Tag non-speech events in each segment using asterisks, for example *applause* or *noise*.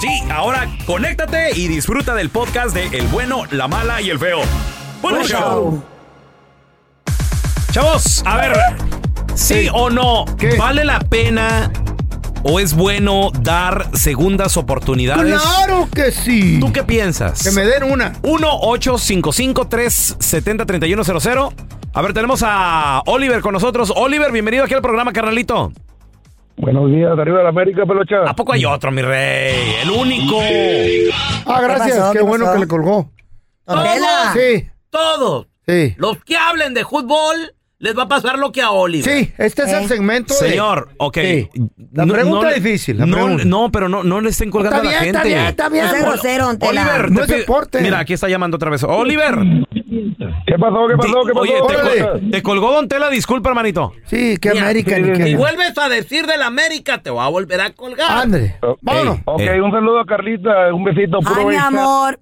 Sí, ahora conéctate y disfruta del podcast de El bueno, la mala y el feo. Buen Buen show. show. Chavos, a ver, sí o no, ¿vale la pena o es bueno dar segundas oportunidades? Claro que sí. ¿Tú qué piensas? Que me den una. 1-855-370-3100. A ver, tenemos a Oliver con nosotros. Oliver, bienvenido aquí al programa, carnalito. Buenos días, de arriba de la América, pelocha. ¿A poco hay otro, mi rey? El único. Ah, gracias. pasó? Qué, ¿Qué bueno pasó? que le colgó. Tela. Sí, todos sí. los que hablen de fútbol les va a pasar lo que a Oliver. Sí, este es el segmento de- Señor, ok. Sí. La pregunta es difícil, la no, pregunta. no, pero no, no le estén colgando Está a la bien, está gente. bien, está bien. No seas grosero, don Tela. Oliver, No te es pido- deporte. Mira, aquí está llamando otra vez. Oliver. ¿Qué pasó? ¿Qué pasó? ¿Qué pasó? Oye, te, Órale. col- te colgó Don Tela, disculpa, hermanito. Sí, que Mira, América sí, ni sí, que- Si vuelves a decir del América, te va a volver a colgar. Andre, Oh, vámonos. ey, Ok, Ey. un saludo a Carlita, un besito puro Ay, mi beso. amor.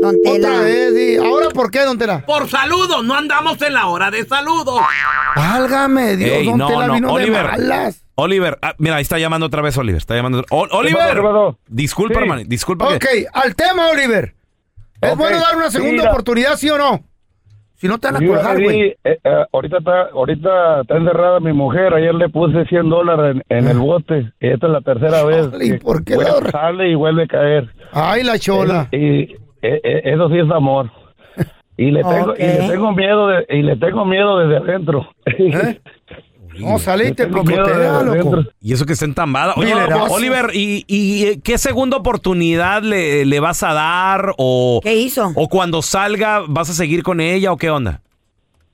Don Otra Tela. vez, sí. ¿Ahora por qué, don Tela? Por saludos, no andamos en la hora de saludos. Válgame, Dios, Ey, don no, Tela no, vino Oliver. de malas. Oliver, ah, mira, ahí está llamando otra vez Oliver. Está llamando. Ol- pasó, Oliver. qué pasó? Disculpa, Sí. hermanito. Disculpa. que- Ok, al tema, Oliver. ¿Es Ok, bueno dar una segunda mira. oportunidad, sí o no? Si no te van a Sí, colgar, sí, güey. eh, eh, ahorita, está, ahorita está encerrada mi mujer. Ayer le puse 100 dólares en, en el bote. Y esta es la tercera vez. Chale, ¿y que por qué vuel- ahorra? Sale y vuelve a caer. Ay, la chola. Y eh, eh, eso sí es amor. Y *laughs* le tengo, y le Ok. tengo miedo de- y le tengo miedo desde adentro. *laughs* ¿Eh? No, sale y Le te tengo miedo picotea, desde loco. adentro. Y eso que está entambada. Oye, Milenazo. Oliver, ¿y, y eh, qué segunda oportunidad le, le vas a dar? O, ¿Qué hizo? ¿O cuando salga vas a seguir con ella o qué onda?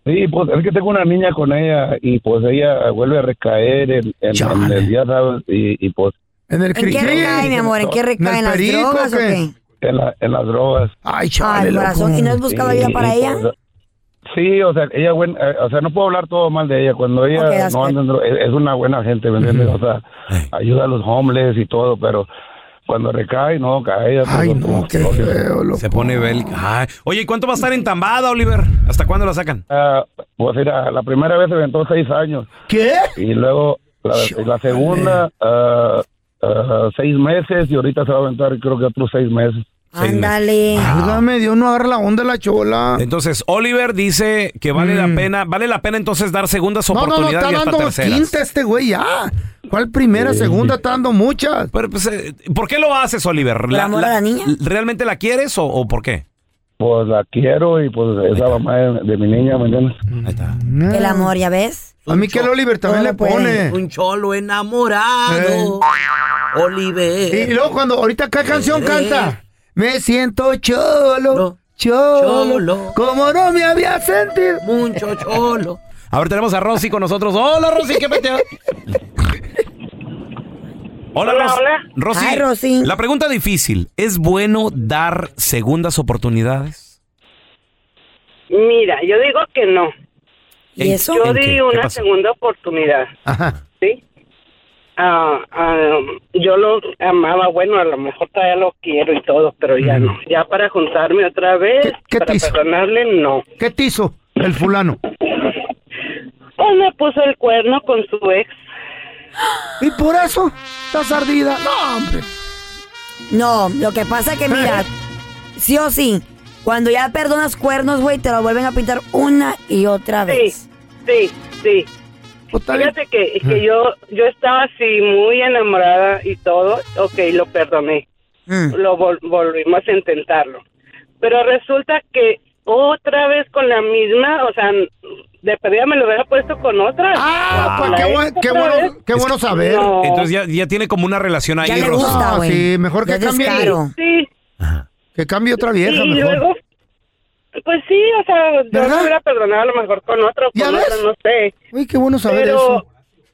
Sí, pues es que tengo una niña con ella y pues ella vuelve a recaer en, en- en Chale. el día, ¿sabes? Y, y, pues En el ¿En qué criquí. recae, mi amor? ¿En qué recae? ¿En las perico, drogas o qué? en, la- en las drogas. Ay, Ay, chale, loco. corazón. ¿Y no has buscado ayuda Y- y, para ella? pues, sí, o sea, ella, buen- eh, o sea, no puedo hablar todo mal de ella. Cuando ella Ok, that's no good. anda en dro- es, es una buena gente, ¿me entiendes? O sea, ayuda a los homeless y todo, pero cuando recae, no, cae. ella, Ay, pues, no, como- qué como- feo, loco. Se pone bélica. Ay, Oye, ¿y cuánto va a estar entambada, Oliver? ¿Hasta cuándo la sacan? Ah, pues mira, la primera vez se aventó seis años. ¿Qué? Y luego la, y la segunda, ah, ah, seis meses, y ahorita se va a aventar creo que otros seis meses. Ah. Ándale. Ah. Válgame, Dios, Ah, no agarra la onda la chola. Mm. Entonces, Oliver dice que vale la pena, vale la pena entonces dar segundas No, no, no, oportunidades está y hasta dando terceras. quinta este güey ya. ¿Cuál primera, segunda? Está dando muchas. Pero, pues, eh, ¿Por qué lo haces, Oliver? amor a la niña? ¿Realmente la quieres o, o por qué? Pues la quiero y pues es la mamá de, de mi niña, ¿me entiendes? Ahí está. El amor, ¿ya ves? A mí que el Oliver también le Todo lo puede. pone. Eh. Un cholo enamorado. Oliver. Y luego cuando ahorita qué canción canta. Me siento cholo. No. cholo, Cholo. como no me había sentido. Mucho cholo. A ver, tenemos a Rosy con nosotros. Hola, Rosy, qué peteo. *laughs* Hola, Ros- Rosy. Ay, Rosy. La pregunta difícil. ¿Es bueno dar segundas oportunidades? Mira, yo digo que no. ¿Y eso? Yo ¿En qué? di ¿Qué una pasó? segunda oportunidad, Ajá. ¿sí? Ah, ah, yo lo amaba, bueno, a lo mejor todavía lo quiero y todo, pero ya no. Ya para juntarme otra vez, ¿Qué- qué para te hizo? perdonarle, no. ¿Qué te hizo el fulano? Pues me puso el cuerno con su ex. ¿Y por eso estás ardida? No, hombre. No, lo que pasa es que, Eh. mira, sí o sí, cuando ya perdonas cuernos, güey, te lo vuelven a pintar una y otra Sí, vez. sí, sí. Pues, está bien. Fíjate que, que yo, yo estaba así muy enamorada y todo, ok, lo perdoné. Mm. lo vol- volvimos a intentarlo. Pero resulta que otra vez con la misma, o sea, de pedida me lo hubiera puesto con otra. Ah, Con pues la qué, ex buen- qué otra bueno, vez. qué bueno saber. No. Entonces ya, ya tiene como una relación ahí, Ya le Rosy. gusta, Ah, güey. sí, mejor que Ya es cambie. descaro. Sí, Que cambie otra y, vieja y mejor. luego, pues sí, o sea, yo ¿Verdad? me hubiera perdonado a lo mejor con otro, ¿Ya con ves? otra, no sé. Uy, qué bueno saber Pero, eso.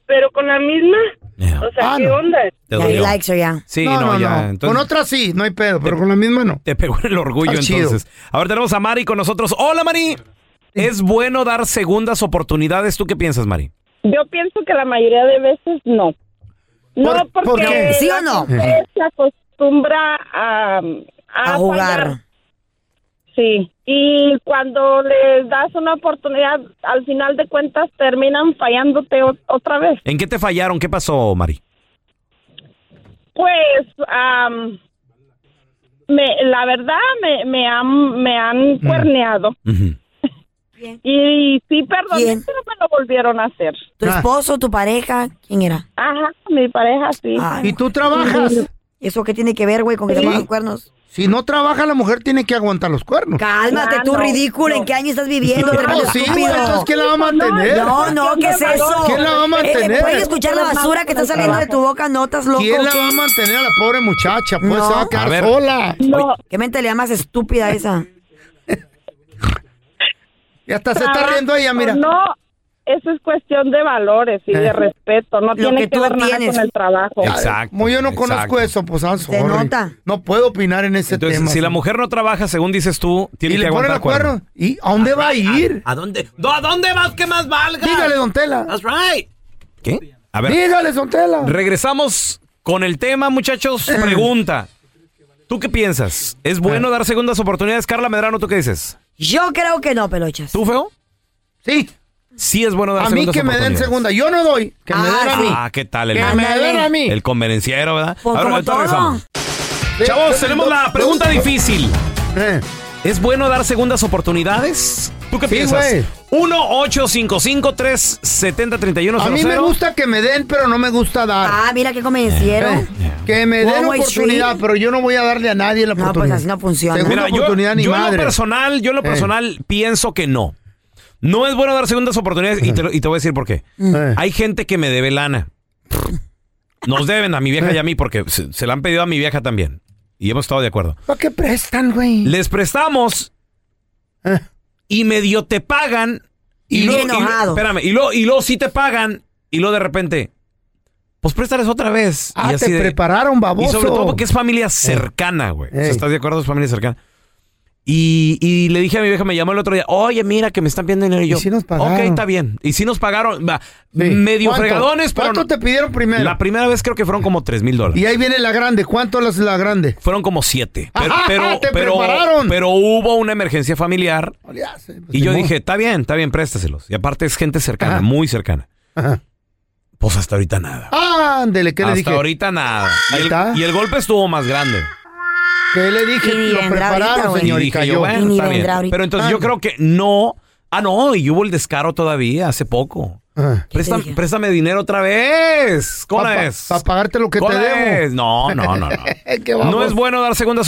pero con la misma, o sea, Ah, ¿qué no. onda? Te Ya he dolió. likes o ya. Sí, no, no, no, ya. no. Entonces, Con otra sí, no hay pedo, pero con la misma no. Te pegó el orgullo Está Ah, chido. entonces. A ver, tenemos a Mari con nosotros. Hola, Mari. ¿Es bueno dar segundas oportunidades? ¿Tú qué piensas, Mari? Yo pienso que la mayoría de veces no. No, ¿Por- por porque qué? ¿Sí o no? usted se acostumbra a, A fallar. jugar. Sí. Y cuando les das una oportunidad, al final de cuentas terminan fallándote o- otra vez. ¿En qué te fallaron? ¿Qué pasó, Mari? Pues, am, me, la verdad, me, me han, me han cuerneado. Ujú. *laughs* Y, sí, perdón, Bien. pero me lo volvieron a hacer. ¿Tu Ah. esposo, tu pareja? ¿Quién era? Ajá, mi pareja sí. Ay, ¿Y tú trabajas? ¿Eso qué tiene que ver, güey, con que te Sí. pongan cuernos? Si no trabaja, la mujer tiene que aguantar los cuernos. Cálmate Ah, tú, no, ridículo. no. ¿En qué año estás viviendo? Claro, tremendo sí, güey, estúpido? entonces ¿quién la va a mantener? No, no, ¿qué es eso? ¿Quién la va a mantener? Eh, ¿Puedes escuchar la basura que está saliendo de tu boca? ¿Notas, loco? ¿Quién la va a mantener a la pobre muchacha? Pues No. se va a A quedar ver. sola. No, ¿Qué mentalidad más estúpida esa? *laughs* Y hasta se está trabajo, riendo ella, mira. No, eso es cuestión de valores y Eh. de respeto. No Lo tiene que que, tú ver nada tienes. con el trabajo. Exacto. Como yo no exacto. conozco eso, pues ah, Se sorry. nota. No puedo opinar en ese Entonces, tema. si la mujer no trabaja, según dices tú, tiene y que le ponen aguantar los cuernos, ¿y a dónde va a ir? Ah, ¿A dónde? ¿Dó- ¿A dónde vas que más valga? Dígale, don Tela. That's right. ¿Qué? A ver, Dígale, don Tela. regresamos con el tema, muchachos. Pregunta. ¿Tú qué piensas? ¿Es bueno Ah. dar segundas oportunidades? Carla Medrano, ¿tú qué dices? Yo creo que no, pelochas. ¿Tú, feo? Sí, Sí es bueno dar a mí segundas que me den oportunidades. segunda. Yo no doy. Que me Ah, den a sí. mí. Ah, ¿qué tal? El, Que me Ándale. den a mí. el convenenciero, ¿verdad? Pues A ver, como ahorita todo. regresamos. Sí, Chavos, sí, tenemos sí, la sí. pregunta difícil. Eh, ¿Es bueno dar segundas oportunidades? ¿Tú qué Sí, piensas? güey. 1-855-370-3100. A mí me gusta que me den, pero no me gusta dar. Ah, mira qué convencieron. Eh, Que me den One way oportunidad, street. pero yo no voy a darle a nadie la pues oportunidad. así no funciona. Segunda Mira, yo, oportunidad ni yo en madre. lo personal, yo en lo Eh. personal pienso que no. No es bueno dar segundas oportunidades y te, lo- y te voy a decir por qué. Eh. Hay gente que me debe lana. Nos deben a mi vieja y a mí porque se, se la han pedido a mi vieja también. Y hemos estado de acuerdo. ¿Para qué prestan, güey? Les prestamos Eh. y medio te pagan. Y luego- bien enojado. espérame, y luego, y luego sí te pagan y luego de repente, pues préstales otra vez. Ah, y te de- prepararon, baboso. Eh. y sobre todo porque es familia cercana, güey. O sea, Ey. ¿Estás de acuerdo? Es familia cercana. Y, y le dije a mi vieja, me llamó el otro día, oye, mira que me están pidiendo dinero. Y yo, sí nos pagaron. ok, está bien. Y sí nos pagaron, va, Sí. medio ¿Cuánto? fregadones, pero ¿Cuánto no- te pidieron primero? la primera vez creo que fueron como 3 mil dólares. Y ahí viene la grande. ¿Cuánto es la grande? Fueron como siete. *laughs* Pero, Ajá, pero, te pero, prepararon. pero hubo una emergencia familiar pues, y yo dije, está bien, está bien, préstaselos. Y aparte es gente cercana, Ajá. muy cercana. Pues hasta ahorita nada. Ándele, ¿qué hasta le dije? ahorita nada. Y Ahí el, está. y el golpe estuvo más grande. ¿Qué le dije? Y ni Lo vendrá prepararon, ahorita, güey. Y señorita. dije yo. yo, bueno, Y ni está bien. vendrá ahorita. Pero entonces yo Ah. creo que no. Ah, no, y hubo el descaro todavía hace poco. Ah. ¿Qué te Préstame, dije? préstame dinero otra vez. ¿Cómo Pa- pa- es? pa pagarte lo que te ¿Cómo debo. es? No, no, *laughs* no, no. Qué baboso. no es bueno dar segundas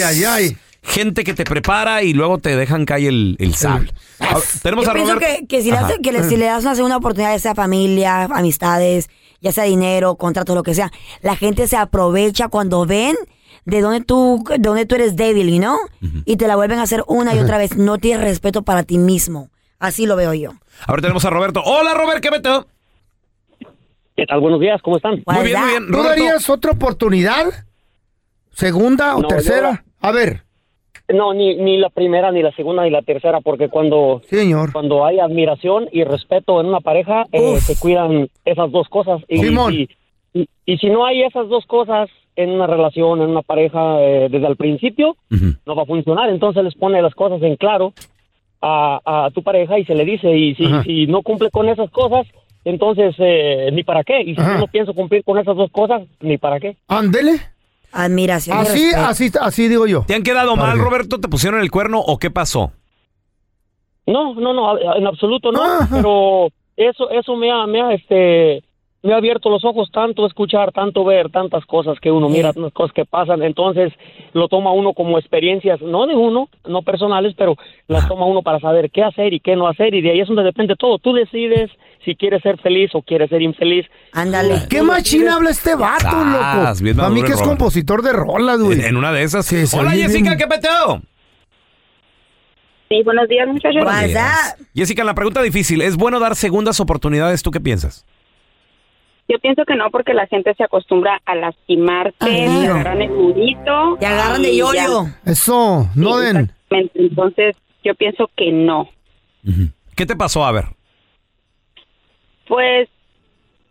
Ay, ay, ay. Gente que te prepara y luego te dejan caer el, el sable. A ver, tenemos Yo a pienso Roberto. que, que si, le Ajá. hace- que le- si le das una segunda oportunidad, ya sea familia, amistades, ya sea dinero, contratos, lo que sea, la gente se aprovecha cuando ven de dónde tú, de dónde tú eres débil, ¿y no? Y te la vuelven a hacer una y otra vez. No tienes respeto para ti mismo. Así lo veo yo. Ahora tenemos a Roberto. Hola, Robert, ¿qué metió? ¿Qué tal? Buenos días, ¿cómo están? Muy bien, muy bien. ¿Tú darías otra oportunidad? ¿Segunda o No, tercera? A ver. No, ni, ni la primera, ni la segunda, ni la tercera, porque cuando, cuando hay admiración y respeto en una pareja, eh, se cuidan esas dos cosas. Y, Simón. Y, y- y si no hay esas dos cosas en una relación, en una pareja, eh, desde el principio, no va a funcionar. Entonces les pone las cosas en claro a, a tu pareja y se le dice, y si, Ajá. si no cumple con esas cosas, entonces eh, ni para qué. Y si yo no pienso cumplir con esas dos cosas, ni para qué. Ándele. Admiración. y Así, respeto. así, así digo yo. ¿Te han quedado mal, Roberto? ¿Te pusieron el cuerno o qué pasó? No, no, no, a- en absoluto no, pero eso eso me ha, me ha, este me ha abierto los ojos tanto escuchar, tanto ver tantas cosas que uno mira, tantas cosas que pasan, entonces lo toma uno como experiencias, no de uno, no personales, pero las toma uno para saber qué hacer y qué no hacer y de ahí es donde depende todo, tú decides si quieres ser feliz o quieres ser infeliz. Ándale. ¿Qué machina habla este vato, Ah, bien loco? A mí maduro que el es Robert. compositor de rolas, güey. En, en una de esas. Hola, oye Jessica, bien. ¿qué peteo? Sí, buenos días, muchachos. Buenos días. Jessica, la pregunta difícil. ¿Es bueno dar segundas oportunidades? ¿Tú qué piensas? Yo pienso que no, porque la gente se acostumbra a lastimarte, te agarran el jurito. Te agarran de yoyo. Eso, no den. Entonces, yo pienso que no. ¿Qué te pasó? A ver. Pues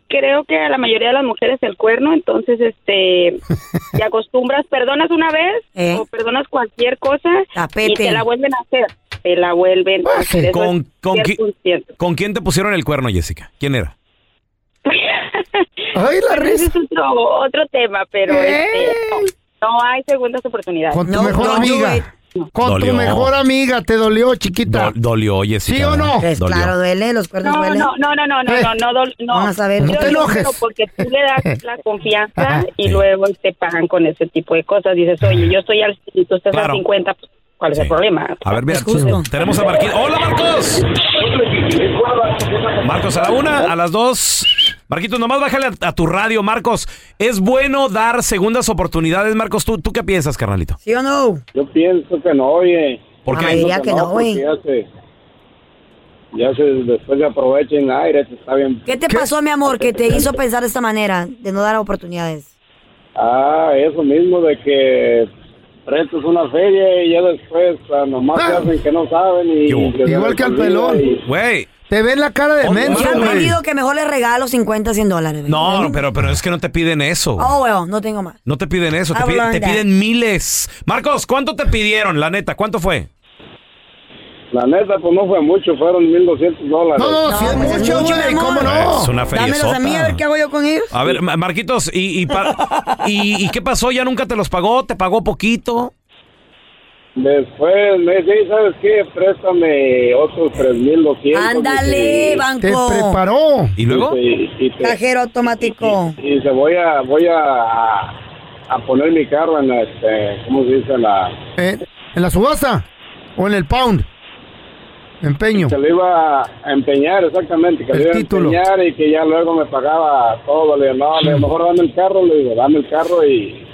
creo que a la mayoría de las mujeres el cuerno, entonces, este, te acostumbras, perdonas una vez ¿Eh? o perdonas cualquier cosa y Tapete. te la vuelven a hacer. Te la vuelven a hacer. Eso ¿Con, es con, qui- 100%. con quién te pusieron el cuerno, Jessica? ¿Quién era? Ay, la risa. es otro, otro tema, pero este, no, no hay segundas oportunidades. Con tu mejor amiga. Con Dolió. tu mejor amiga. Te dolió, chiquita. Do- dolió, Jessica. ¿Sí o no? ¿verdad? Dolió. duele, los cuernos no, duelen. No, no, no, no, no, Eh. no, no, dol- no. Vamos a ver. Yo No te digo enojes. que no, porque tú le *laughs* das la confianza y luego te pagan con ese tipo de cosas. Dices, oye, yo estoy al y tú estás Claro. al 50, pues, ¿cuál es el problema? A ver, mira, tenemos a Marquín. ¡Hola, Marcos! Marcos, a la una, a las dos. Marquitos, nomás bájale a, a tu radio, Marcos. ¿Es bueno dar segundas oportunidades, Marcos? ¿Tú, tú qué piensas, carnalito? ¿Sí o no? Yo pienso que no, oye. ¿Por La qué? mayoría que no, güey. porque Ya se, ya se, después se aprovecha en aire, se está bien. ¿Qué te pasó, mi amor, que te hizo pensar de esta manera, de no dar oportunidades? Ah, eso mismo de que prestas una feria y ya después ah, nomás te hacen que no saben y... Igual que al pelón. Güey. Te ven la cara de menso, Ya he güey. aprendido que mejor le regalo 50, 100 dólares. güey. No, Mm. no, pero, pero es que no te piden eso. güey. Oh, weón, no tengo más. No te piden eso, te, Ah, pi- bueno, te anda. piden miles. Marcos, ¿cuánto te pidieron, la neta? ¿Cuánto fue? La neta, pues no fue mucho, fueron 1.200 dólares. No, no, sí es pues es mucho, mucho, mi güey, ¿cómo amor. no? Es una Dámelos feriezota. a mí, a ver qué hago yo con ellos. A ver, Ma- Marquitos, ¿y, y, pa- y- y qué pasó? ¿Ya nunca te los pagó? ¿Te pagó poquito? Después me dice, ¿sabes qué? Préstame otros 3.200. Ándale, dice, y- banco. Te oh. preparó. ¿Y luego? Y, y te- Cajero automático. y se voy a voy a, a poner mi carro en la, este, ¿cómo se dice? En la, Eh, ¿En la subasta? ¿O en el pound? Empeño. que lo iba a empeñar, exactamente, que El lo iba a título. empeñar y que ya luego me pagaba todo. Le digo, no, le digo, mejor dame el carro, le digo, dame el carro y,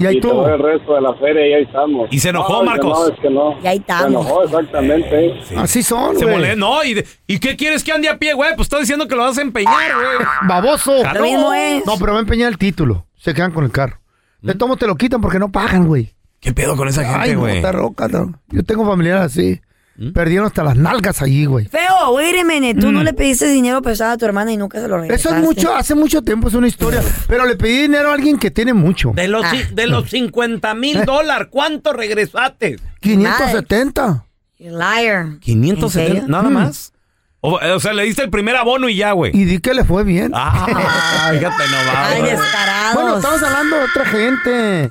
y, te doy el resto de la feria y ahí estamos. ¿Y se enojó, No, dice, Marcos? no, es que no. Y ahí Se estamos. enojó, exactamente. Así son, Se güey. molé, no, ¿y, de- ¿y qué quieres que ande a pie, güey? Pues estás diciendo que lo vas a empeñar, güey. Baboso. Lo mismo es. No, pero va a empeñar el título. Se quedan con el carro. ¿Mm? De tomo te lo quitan porque no pagan, güey. ¿Qué pedo con esa gente, Ay, no, güey? está roca, no. Yo tengo familiares así. ¿Mm? Perdieron hasta las nalgas allí, güey. Feo, wait a minute, Tú no le pediste dinero prestado a tu hermana y nunca se lo regresaste. Mm. Eso es mucho, hace mucho tiempo es una historia. pero le pedí dinero a alguien que tiene mucho. De Ah. los, ci- de los 50 *laughs* mil dólares, ¿cuánto regresaste? 570. You liar. ¿570? ¿En serio? ¿Nada Mm. más? O, eh, o sea, le diste el primer abono y ya, güey. Y di que le fue bien. Ah, fíjate nomás. Ay, güey. descarados. Bueno, estamos hablando de otra gente.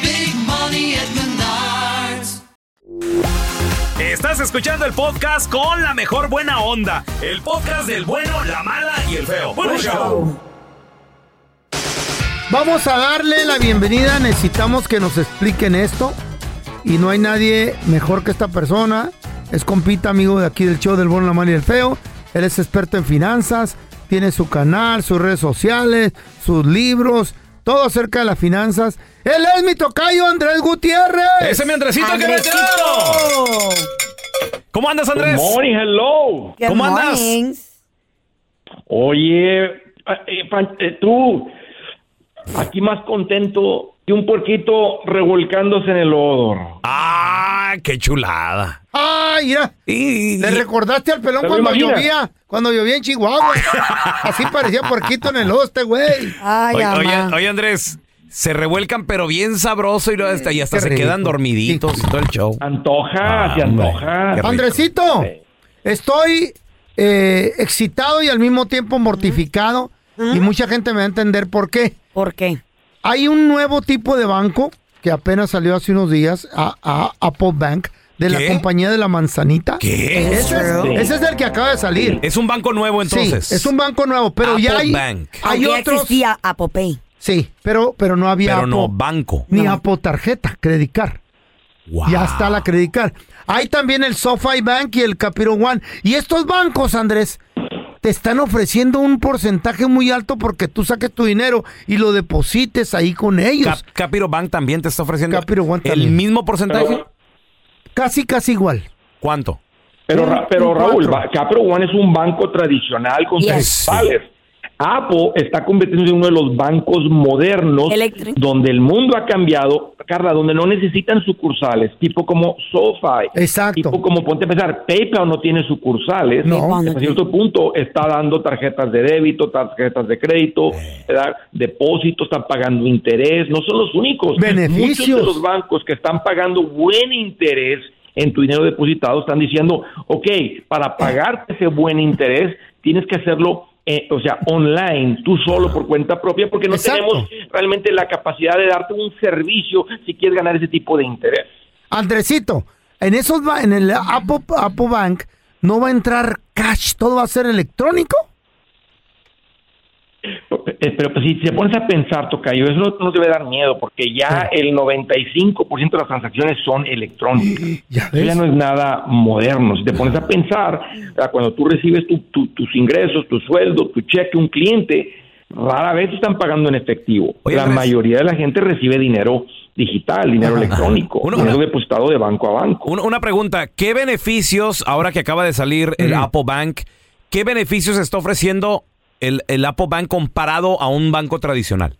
big money at Menards. Estás escuchando el podcast con la mejor buena onda. El podcast del bueno, la mala y el feo. Bueno, show. Vamos a darle la bienvenida. Necesitamos que nos expliquen esto. Y no hay nadie mejor que esta persona. Es compita, amigo de aquí del show del Bono, la Mano y el Feo. Él es experto en finanzas. Tiene su canal, sus redes sociales, sus libros. Todo acerca de las finanzas. Él es mi tocayo, Andrés Gutiérrez. Ese es mi Andresito que me Andresito. ¿Cómo andas, Andrés? Good morning, hello. Good ¿Cómo andas? Oye, eh, Pan- eh, tú, aquí más contento que un puerquito revolcándose en el lodo. Ah, qué chulada. Ay, mira. Le recordaste al pelón ¿Te lo cuando imaginas? llovía, cuando llovía en Chihuahua. Así parecía porquito en el lodo este güey. Ay, Oye, oye, oye, Andrés, se revuelcan pero bien sabroso y, luego hasta, y hasta Qué se rico. quedan dormiditos y todo el show. Antoja, se antoja. Andresito, estoy eh, excitado y al mismo tiempo mortificado. Y mucha gente me va a entender por qué. ¿Por qué? Hay un nuevo tipo de banco que apenas salió hace unos días, a, a Apple Bank, de la ¿Qué? compañía de la manzanita. ¿Qué? este? Ese es, ese es el que acaba de salir. Es un banco nuevo entonces. Sí, es un banco nuevo, pero ya Apple hay, Bank. hay Aunque ya otros. existía Apopey. Sí, pero, pero no había Pero no Apple- banco. ni Apple tarjeta, Credicar. Ya está la Credicar. Hay también el SoFi Bank y el Capiro One. Y estos bancos, Andrés, te están ofreciendo un porcentaje muy alto porque tú saques tu dinero y lo deposites ahí con ellos. Cap- Capiro Bank también te está ofreciendo el también. mismo porcentaje. Casi, casi igual. ¿Cuánto? Pero, Ra- pero un Raúl, cuatro. Ba- Capro One es un banco tradicional con sus Yes. principales. Apple está convirtiéndose en uno de los bancos modernos Electric. donde el mundo ha cambiado, Carla, donde no necesitan sucursales, tipo como SoFi, tipo como, ponte a pensar, PayPal no tiene sucursales, No. hasta cierto punto está dando tarjetas de débito, tarjetas de crédito, ¿verdad? depósitos, están pagando interés, no son los únicos. Beneficios. Muchos de los bancos que están pagando buen interés en tu dinero depositado están diciendo, ok, para pagarte ese buen interés tienes que hacerlo, eh, o sea, online, tú solo por cuenta propia, porque no tenemos realmente la capacidad de darte un servicio si quieres ganar ese tipo de interés. Andresito, en esos ba- en el Apple, Apple Bank no va a entrar cash, todo va a ser electrónico. Eh, Pero pues, si te pones a pensar, Tocayo, eso no, no te debe dar miedo, porque ya el 95% de las transacciones son electrónicas. Ya, Eso ya no es nada moderno. Si te pones a pensar, ¿verdad? cuando tú recibes tu- tu- tus ingresos, tu sueldo, tu cheque, un cliente, rara vez te están pagando en efectivo. la Andrés. mayoría de la gente recibe dinero digital, dinero Ajá. electrónico, Uno- dinero una- depositado de banco a banco. Una, una pregunta, ¿qué beneficios, ahora que acaba de salir el Apple Bank, qué beneficios está ofreciendo el, el Apple Bank comparado a un banco tradicional?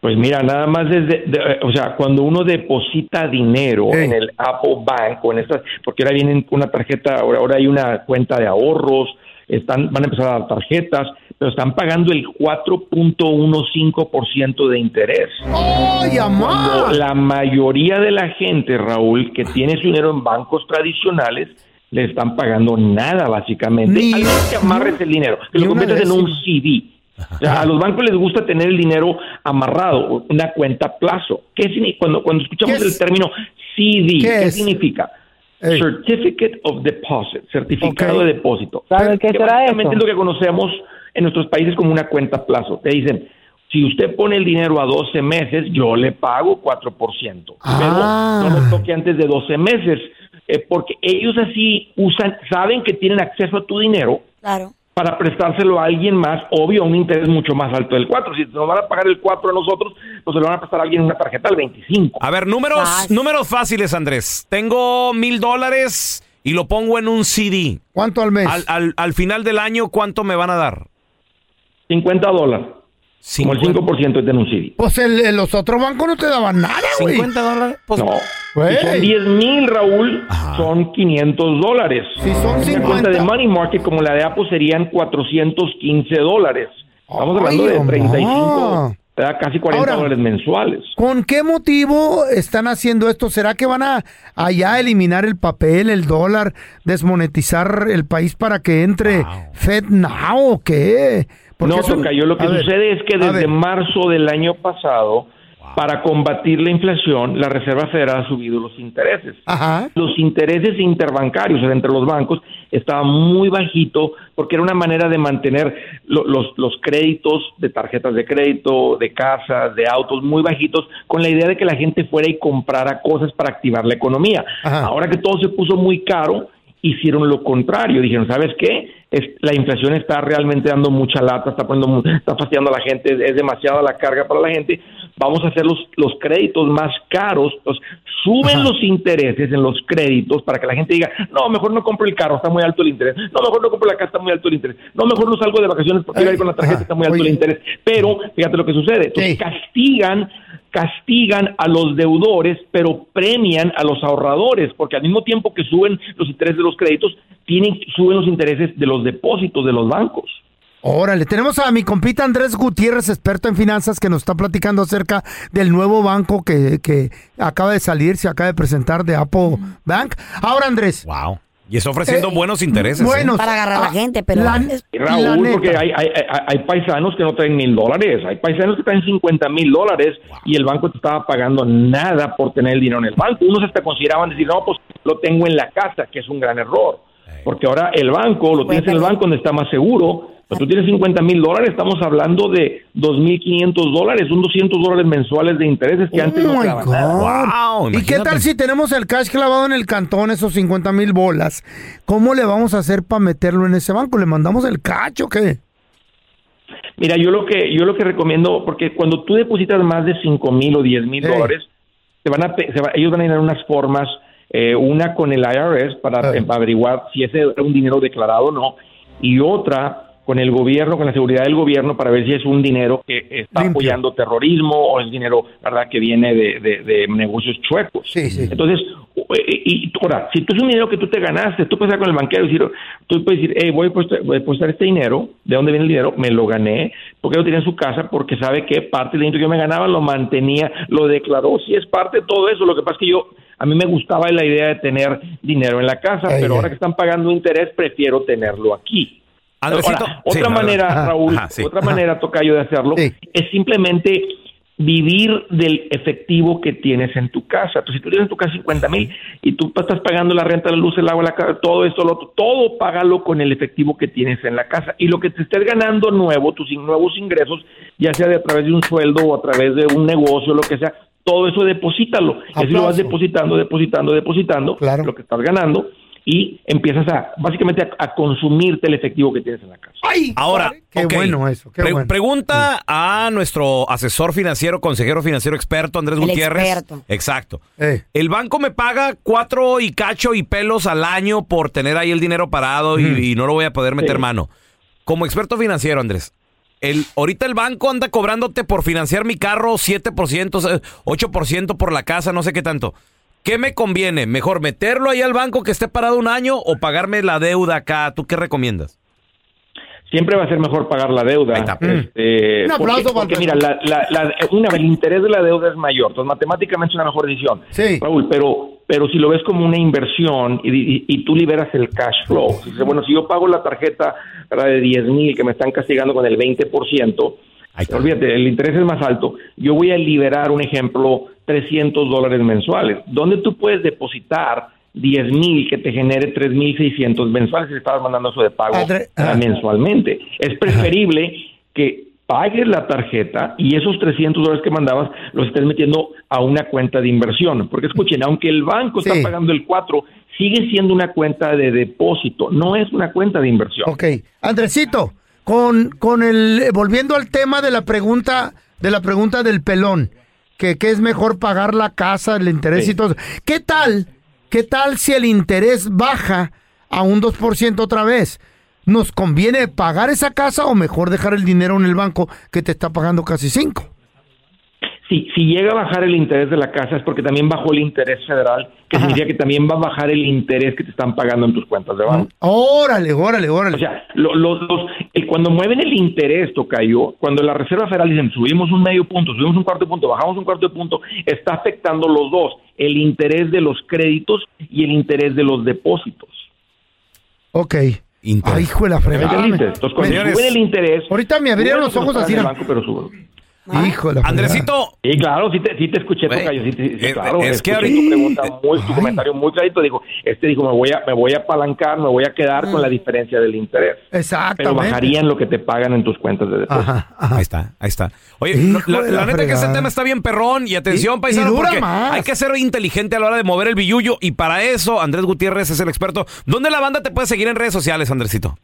Pues mira, nada más desde, de- eh, o sea, cuando uno deposita dinero en el Apple Bank o en estas, porque ahora vienen con una tarjeta, ahora, ahora hay una cuenta de ahorros, están, van a empezar a dar tarjetas, pero están pagando el 4.15% de interés. ¡Ay, amor! Cuando la mayoría de la gente, Raúl, que tiene su dinero en bancos tradicionales, le están pagando nada, básicamente. Ni- Al menos que amarres el dinero, que ni lo una conviertas en un décima. CD. O sea, a los bancos les gusta tener el dinero amarrado, una cuenta a plazo. ¿Qué signi- cuando, cuando escuchamos ¿Qué es? el término CD, ¿Qué ¿qué, es? significa? Certificate of Deposit, certificado Ok. de depósito. ¿Saben qué Que será básicamente eso? es lo que conocemos en nuestros países como una cuenta a plazo. Te dicen, si usted pone el dinero a 12 meses, yo le pago 4%. Ah. Pero no lo toque antes de 12 meses, eh, porque ellos así usan, saben que tienen acceso a tu dinero Claro. para prestárselo a alguien más, obvio, a un interés mucho más alto del 4. Si nos van a pagar el 4 a nosotros, pues se lo van a prestar a alguien en una tarjeta al 25. A ver, números, números fáciles, Andrés. Tengo mil dólares y lo pongo en un CD. ¿Cuánto al mes? Al, al- al final del año, ¿cuánto me van a dar? 50 dólares. Como el 5% es de un CD. Pues el- el- los otros bancos no te daban nada, güey. ¿50 dólares? no. Si son 10 mil, Raúl, son 500 dólares. Si son Una cuenta de Money Market como la de Apple serían 415 dólares. Estamos hablando Ay, de mamá. 35, ¿verdad? casi 40 Ahora- dólares mensuales. ¿Con qué motivo están haciendo esto? ¿Será que van a allá eliminar el papel, el dólar, desmonetizar el país para que entre FedNow o qué? Porque No, eso- Tocayo, lo que A ver, sucede es que a desde ver. marzo del año pasado, para combatir la inflación, la Reserva Federal ha subido los intereses. Los intereses interbancarios o sea, entre los bancos estaban muy bajito porque era una manera de mantener lo- los, los créditos de tarjetas de crédito, de casas, de autos muy bajitos, con la idea de que la gente fuera y comprara cosas para activar la economía. Ahora que todo se puso muy caro, hicieron lo contrario. Dijeron, ¿sabes qué? Es- la inflación está realmente dando mucha lata, está poniendo, mu- está fastidiando a la gente, es, es demasiada la carga para la gente. Vamos a hacer los, los créditos más caros. Entonces, suben los intereses en los créditos para que la gente diga, no, mejor no compro el carro, está muy alto el interés. No, mejor no compro la casa, está muy alto el interés. No, mejor no salgo de vacaciones porque voy a ir con la tarjeta, está muy alto el interés. Pero, fíjate lo que sucede. Entonces, castigan castigan a los deudores, pero premian a los ahorradores, porque al mismo tiempo que suben los intereses de los créditos, tienen, suben los intereses de los depósitos de los bancos. Órale, tenemos a mi compita Andrés Gutiérrez, experto en finanzas, que nos está platicando acerca del nuevo banco que, que acaba de salir, se acaba de presentar de Apple Bank. Ahora, Andrés. Wow. Y está ofreciendo buenos intereses. ¿eh? Buenos. Para agarrar a la gente, pero... Y Raúl, porque hay, hay, hay- hay paisanos que no traen mil dólares, hay paisanos que traen 50 mil dólares y el banco te estaba pagando nada por tener el dinero en el banco. Unos hasta consideraban decir, no, pues lo tengo en la casa, que es un gran error. Porque ahora el banco, lo tienes en el banco donde está más seguro. Pues tú tienes 50 mil dólares, estamos hablando de 2.500 dólares, un 200 dólares mensuales de intereses que antes Oh no my daban God. ¿Y qué tal si tenemos el cash clavado en el cantón, esos 50 mil bolas? ¿Cómo le vamos a hacer para meterlo en ese banco? ¿Le mandamos el cash o qué? Mira, yo lo que yo lo que recomiendo, porque cuando tú depositas más de cinco mil o diez mil dólares, te van a, pe- se va- ellos van a llenar unas formas, eh, una con el IRS para eh, para averiguar si ese es un dinero declarado o no, y otra con el gobierno, con la seguridad del gobierno para ver si es un dinero que está apoyando terrorismo o es dinero, ¿verdad?, que viene de, de- de negocios chuecos. Entonces, eh, y ahora, si tú es un dinero que tú te ganaste, tú puedes hablar con el banquero y decir, tú puedes decir, hey, voy a depositar- voy a depositar este dinero, ¿de dónde viene el dinero? Me lo gané, porque lo tenía en su casa, porque sabe que parte del dinero que yo me ganaba lo mantenía, lo declaró, si es parte de todo eso, lo que pasa es que yo, a mí me gustaba la idea de tener dinero en la casa, pero ahora que están pagando interés, prefiero tenerlo aquí. Andresito, Ahora, sí, otra adelante. manera, Ajá, Raúl, ajá, sí. otra manera, Tocayo, de hacerlo es simplemente vivir del efectivo que tienes en tu casa. Entonces, si tú tienes en tu casa 50 mil y tú estás pagando la renta, la luz, el agua, la casa, todo esto, lo otro, todo págalo con el efectivo que tienes en la casa. Y lo que te estés ganando nuevo, tus in- nuevos ingresos, ya sea de a través de un sueldo o a través de un negocio, lo que sea, todo eso deposítalo. Y así lo vas depositando, depositando, depositando, lo que estás ganando y empiezas a, básicamente, a- a consumirte el efectivo que tienes en la casa. Ahora, Qué ok. bueno eso, qué Pre- bueno. pregunta a nuestro asesor financiero, consejero financiero experto, Andrés El Gutiérrez. experto. Exacto. Eh. El banco me paga cuatro y cacho y pelos al año por tener ahí el dinero parado y, y no lo voy a poder meter mano. Como experto financiero, Andrés, el, ahorita el banco anda cobrándote por financiar mi carro 7%, o sea, 8% por la casa, no sé qué tanto. ¿Qué me conviene? ¿Mejor meterlo ahí al banco que esté parado un año o pagarme la deuda acá? ¿Tú qué recomiendas? siempre va a ser mejor pagar la deuda. Este, Mm. Un porque- aplauso, porque, Walter. mira, la- la- la- una, el interés de la deuda es mayor, entonces matemáticamente es una mejor decisión. Raúl, pero pero si lo ves como una inversión y, y- y tú liberas el cash flow, si dices, bueno, si yo pago la tarjeta ¿verdad? de 10 mil que me están castigando con el 20%, olvídate, el interés es más alto, yo voy a liberar, un ejemplo, 300 dólares mensuales. ¿Dónde tú puedes depositar 10 mil que te genere 3.600 mensuales si estabas mandando eso de pago Adre- ah, mensualmente. Es preferible que pagues la tarjeta y esos 300 dólares que mandabas los estés metiendo a una cuenta de inversión. Porque escuchen, aunque el banco está pagando el 4, sigue siendo una cuenta de depósito, no es una cuenta de inversión. Ok, Andresito, con, con el eh, volviendo al tema de la pregunta de la pregunta del pelón, que, que es mejor pagar la casa, el interés y todo. eso. ¿Qué tal? ¿Qué tal si el interés baja a un 2% otra vez? ¿Nos conviene pagar esa casa o mejor dejar el dinero en el banco que te está pagando casi 5? si, si llega a bajar el interés de la casa es porque también bajó el interés federal, que significa que también va a bajar el interés que te están pagando en tus cuentas de banco. Mm. Órale, órale, órale. O sea, lo- los, los- eh, cuando mueven el interés, Tocayo, cuando la Reserva Federal dicen subimos un medio punto, subimos un cuarto de punto, bajamos un cuarto de punto, está afectando los dos, el interés de los créditos y el interés de los depósitos. Ok. Ay, hijo de la ¿Me fregada. entendiste? Entonces, cuando Me- suben el interés... Ah, Ahorita me abrieron los ojos así. El era- banco, pero subo. Hijo de la fregada. Andresito. Y claro, sí te, sí te escuché, Tocayo. Sí, te- sí, eh, claro, es que escuché ahorita- tu pregunta muy, tu comentario muy clarito. Dijo, este dijo, me voy a, me voy a apalancar, me voy a quedar con la diferencia del interés. Mm. Exactamente. Pero bajarían lo que te pagan en tus cuentas de depósito. Ahí está, ahí está. Oye, no, la, de la la neta que ese fregada. tema está bien perrón y atención, Y- y paisano, dura porque más. hay que ser inteligente a la hora de mover el billullo y para eso Andrés Gutiérrez es el experto. ¿Dónde la banda te puede seguir en redes sociales, Andresito?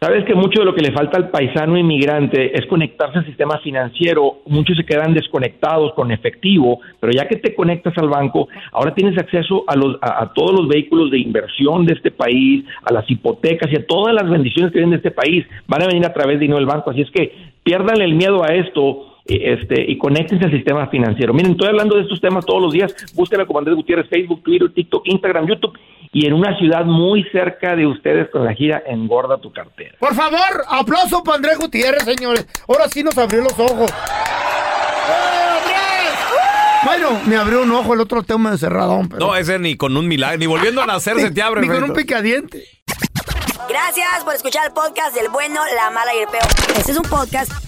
Sabes que mucho de lo que le falta al paisano inmigrante es conectarse al sistema financiero. Muchos se quedan desconectados con efectivo, pero ya que te conectas al banco, ahora tienes acceso a, los, a, a todos los vehículos de inversión de este país, a las hipotecas y a todas las bendiciones que vienen de este país. Van a venir a través de dinero del banco. Así es que piérdanle el miedo a esto. eh, Este, y conéctense al sistema financiero. Miren, estoy hablando de estos temas todos los días. Búsquenla como Andrés Gutiérrez, Facebook, Twitter, TikTok, Instagram, YouTube y en una ciudad muy cerca de ustedes con la gira Engorda tu cartera. Por favor, aplauso para Andrés Gutiérrez, señores. Ahora sí nos abrió los ojos. ¡Eh, Andrés! Bueno, me abrió un ojo el otro tema encerradón. Pero... No, ese ni con un milagro, ni volviendo a *laughs* nacer se te abre. Ni con Alfredo. un picadiente. Gracias por escuchar el podcast del bueno, la mala y el peor. Este es un podcast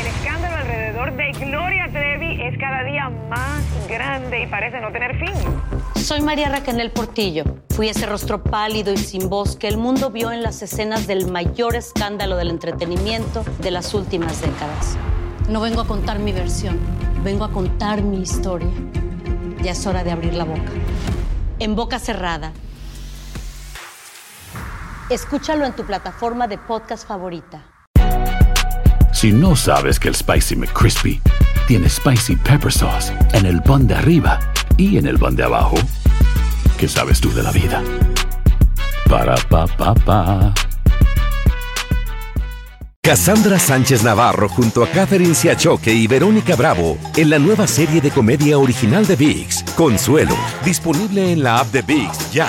El escándalo alrededor de Gloria Trevi es cada día más grande y parece no tener fin. Soy María Raquel Portillo. Fui ese rostro pálido y sin voz que el mundo vio en las escenas del mayor escándalo del entretenimiento de las últimas décadas. No vengo a contar mi versión, vengo a contar mi historia. Ya es hora de abrir la boca. En boca cerrada. Escúchalo en tu plataforma de podcast favorita. Si no sabes que el Spicy McCrispy tiene spicy pepper sauce en el pan de arriba y en el pan de abajo, ¿qué sabes tú de la vida? Para pa pa pa. Cassandra Sánchez Navarro junto a Catherine Siachoque y Verónica Bravo en la nueva serie de comedia original de VIX, Consuelo, disponible en la app de VIX ya.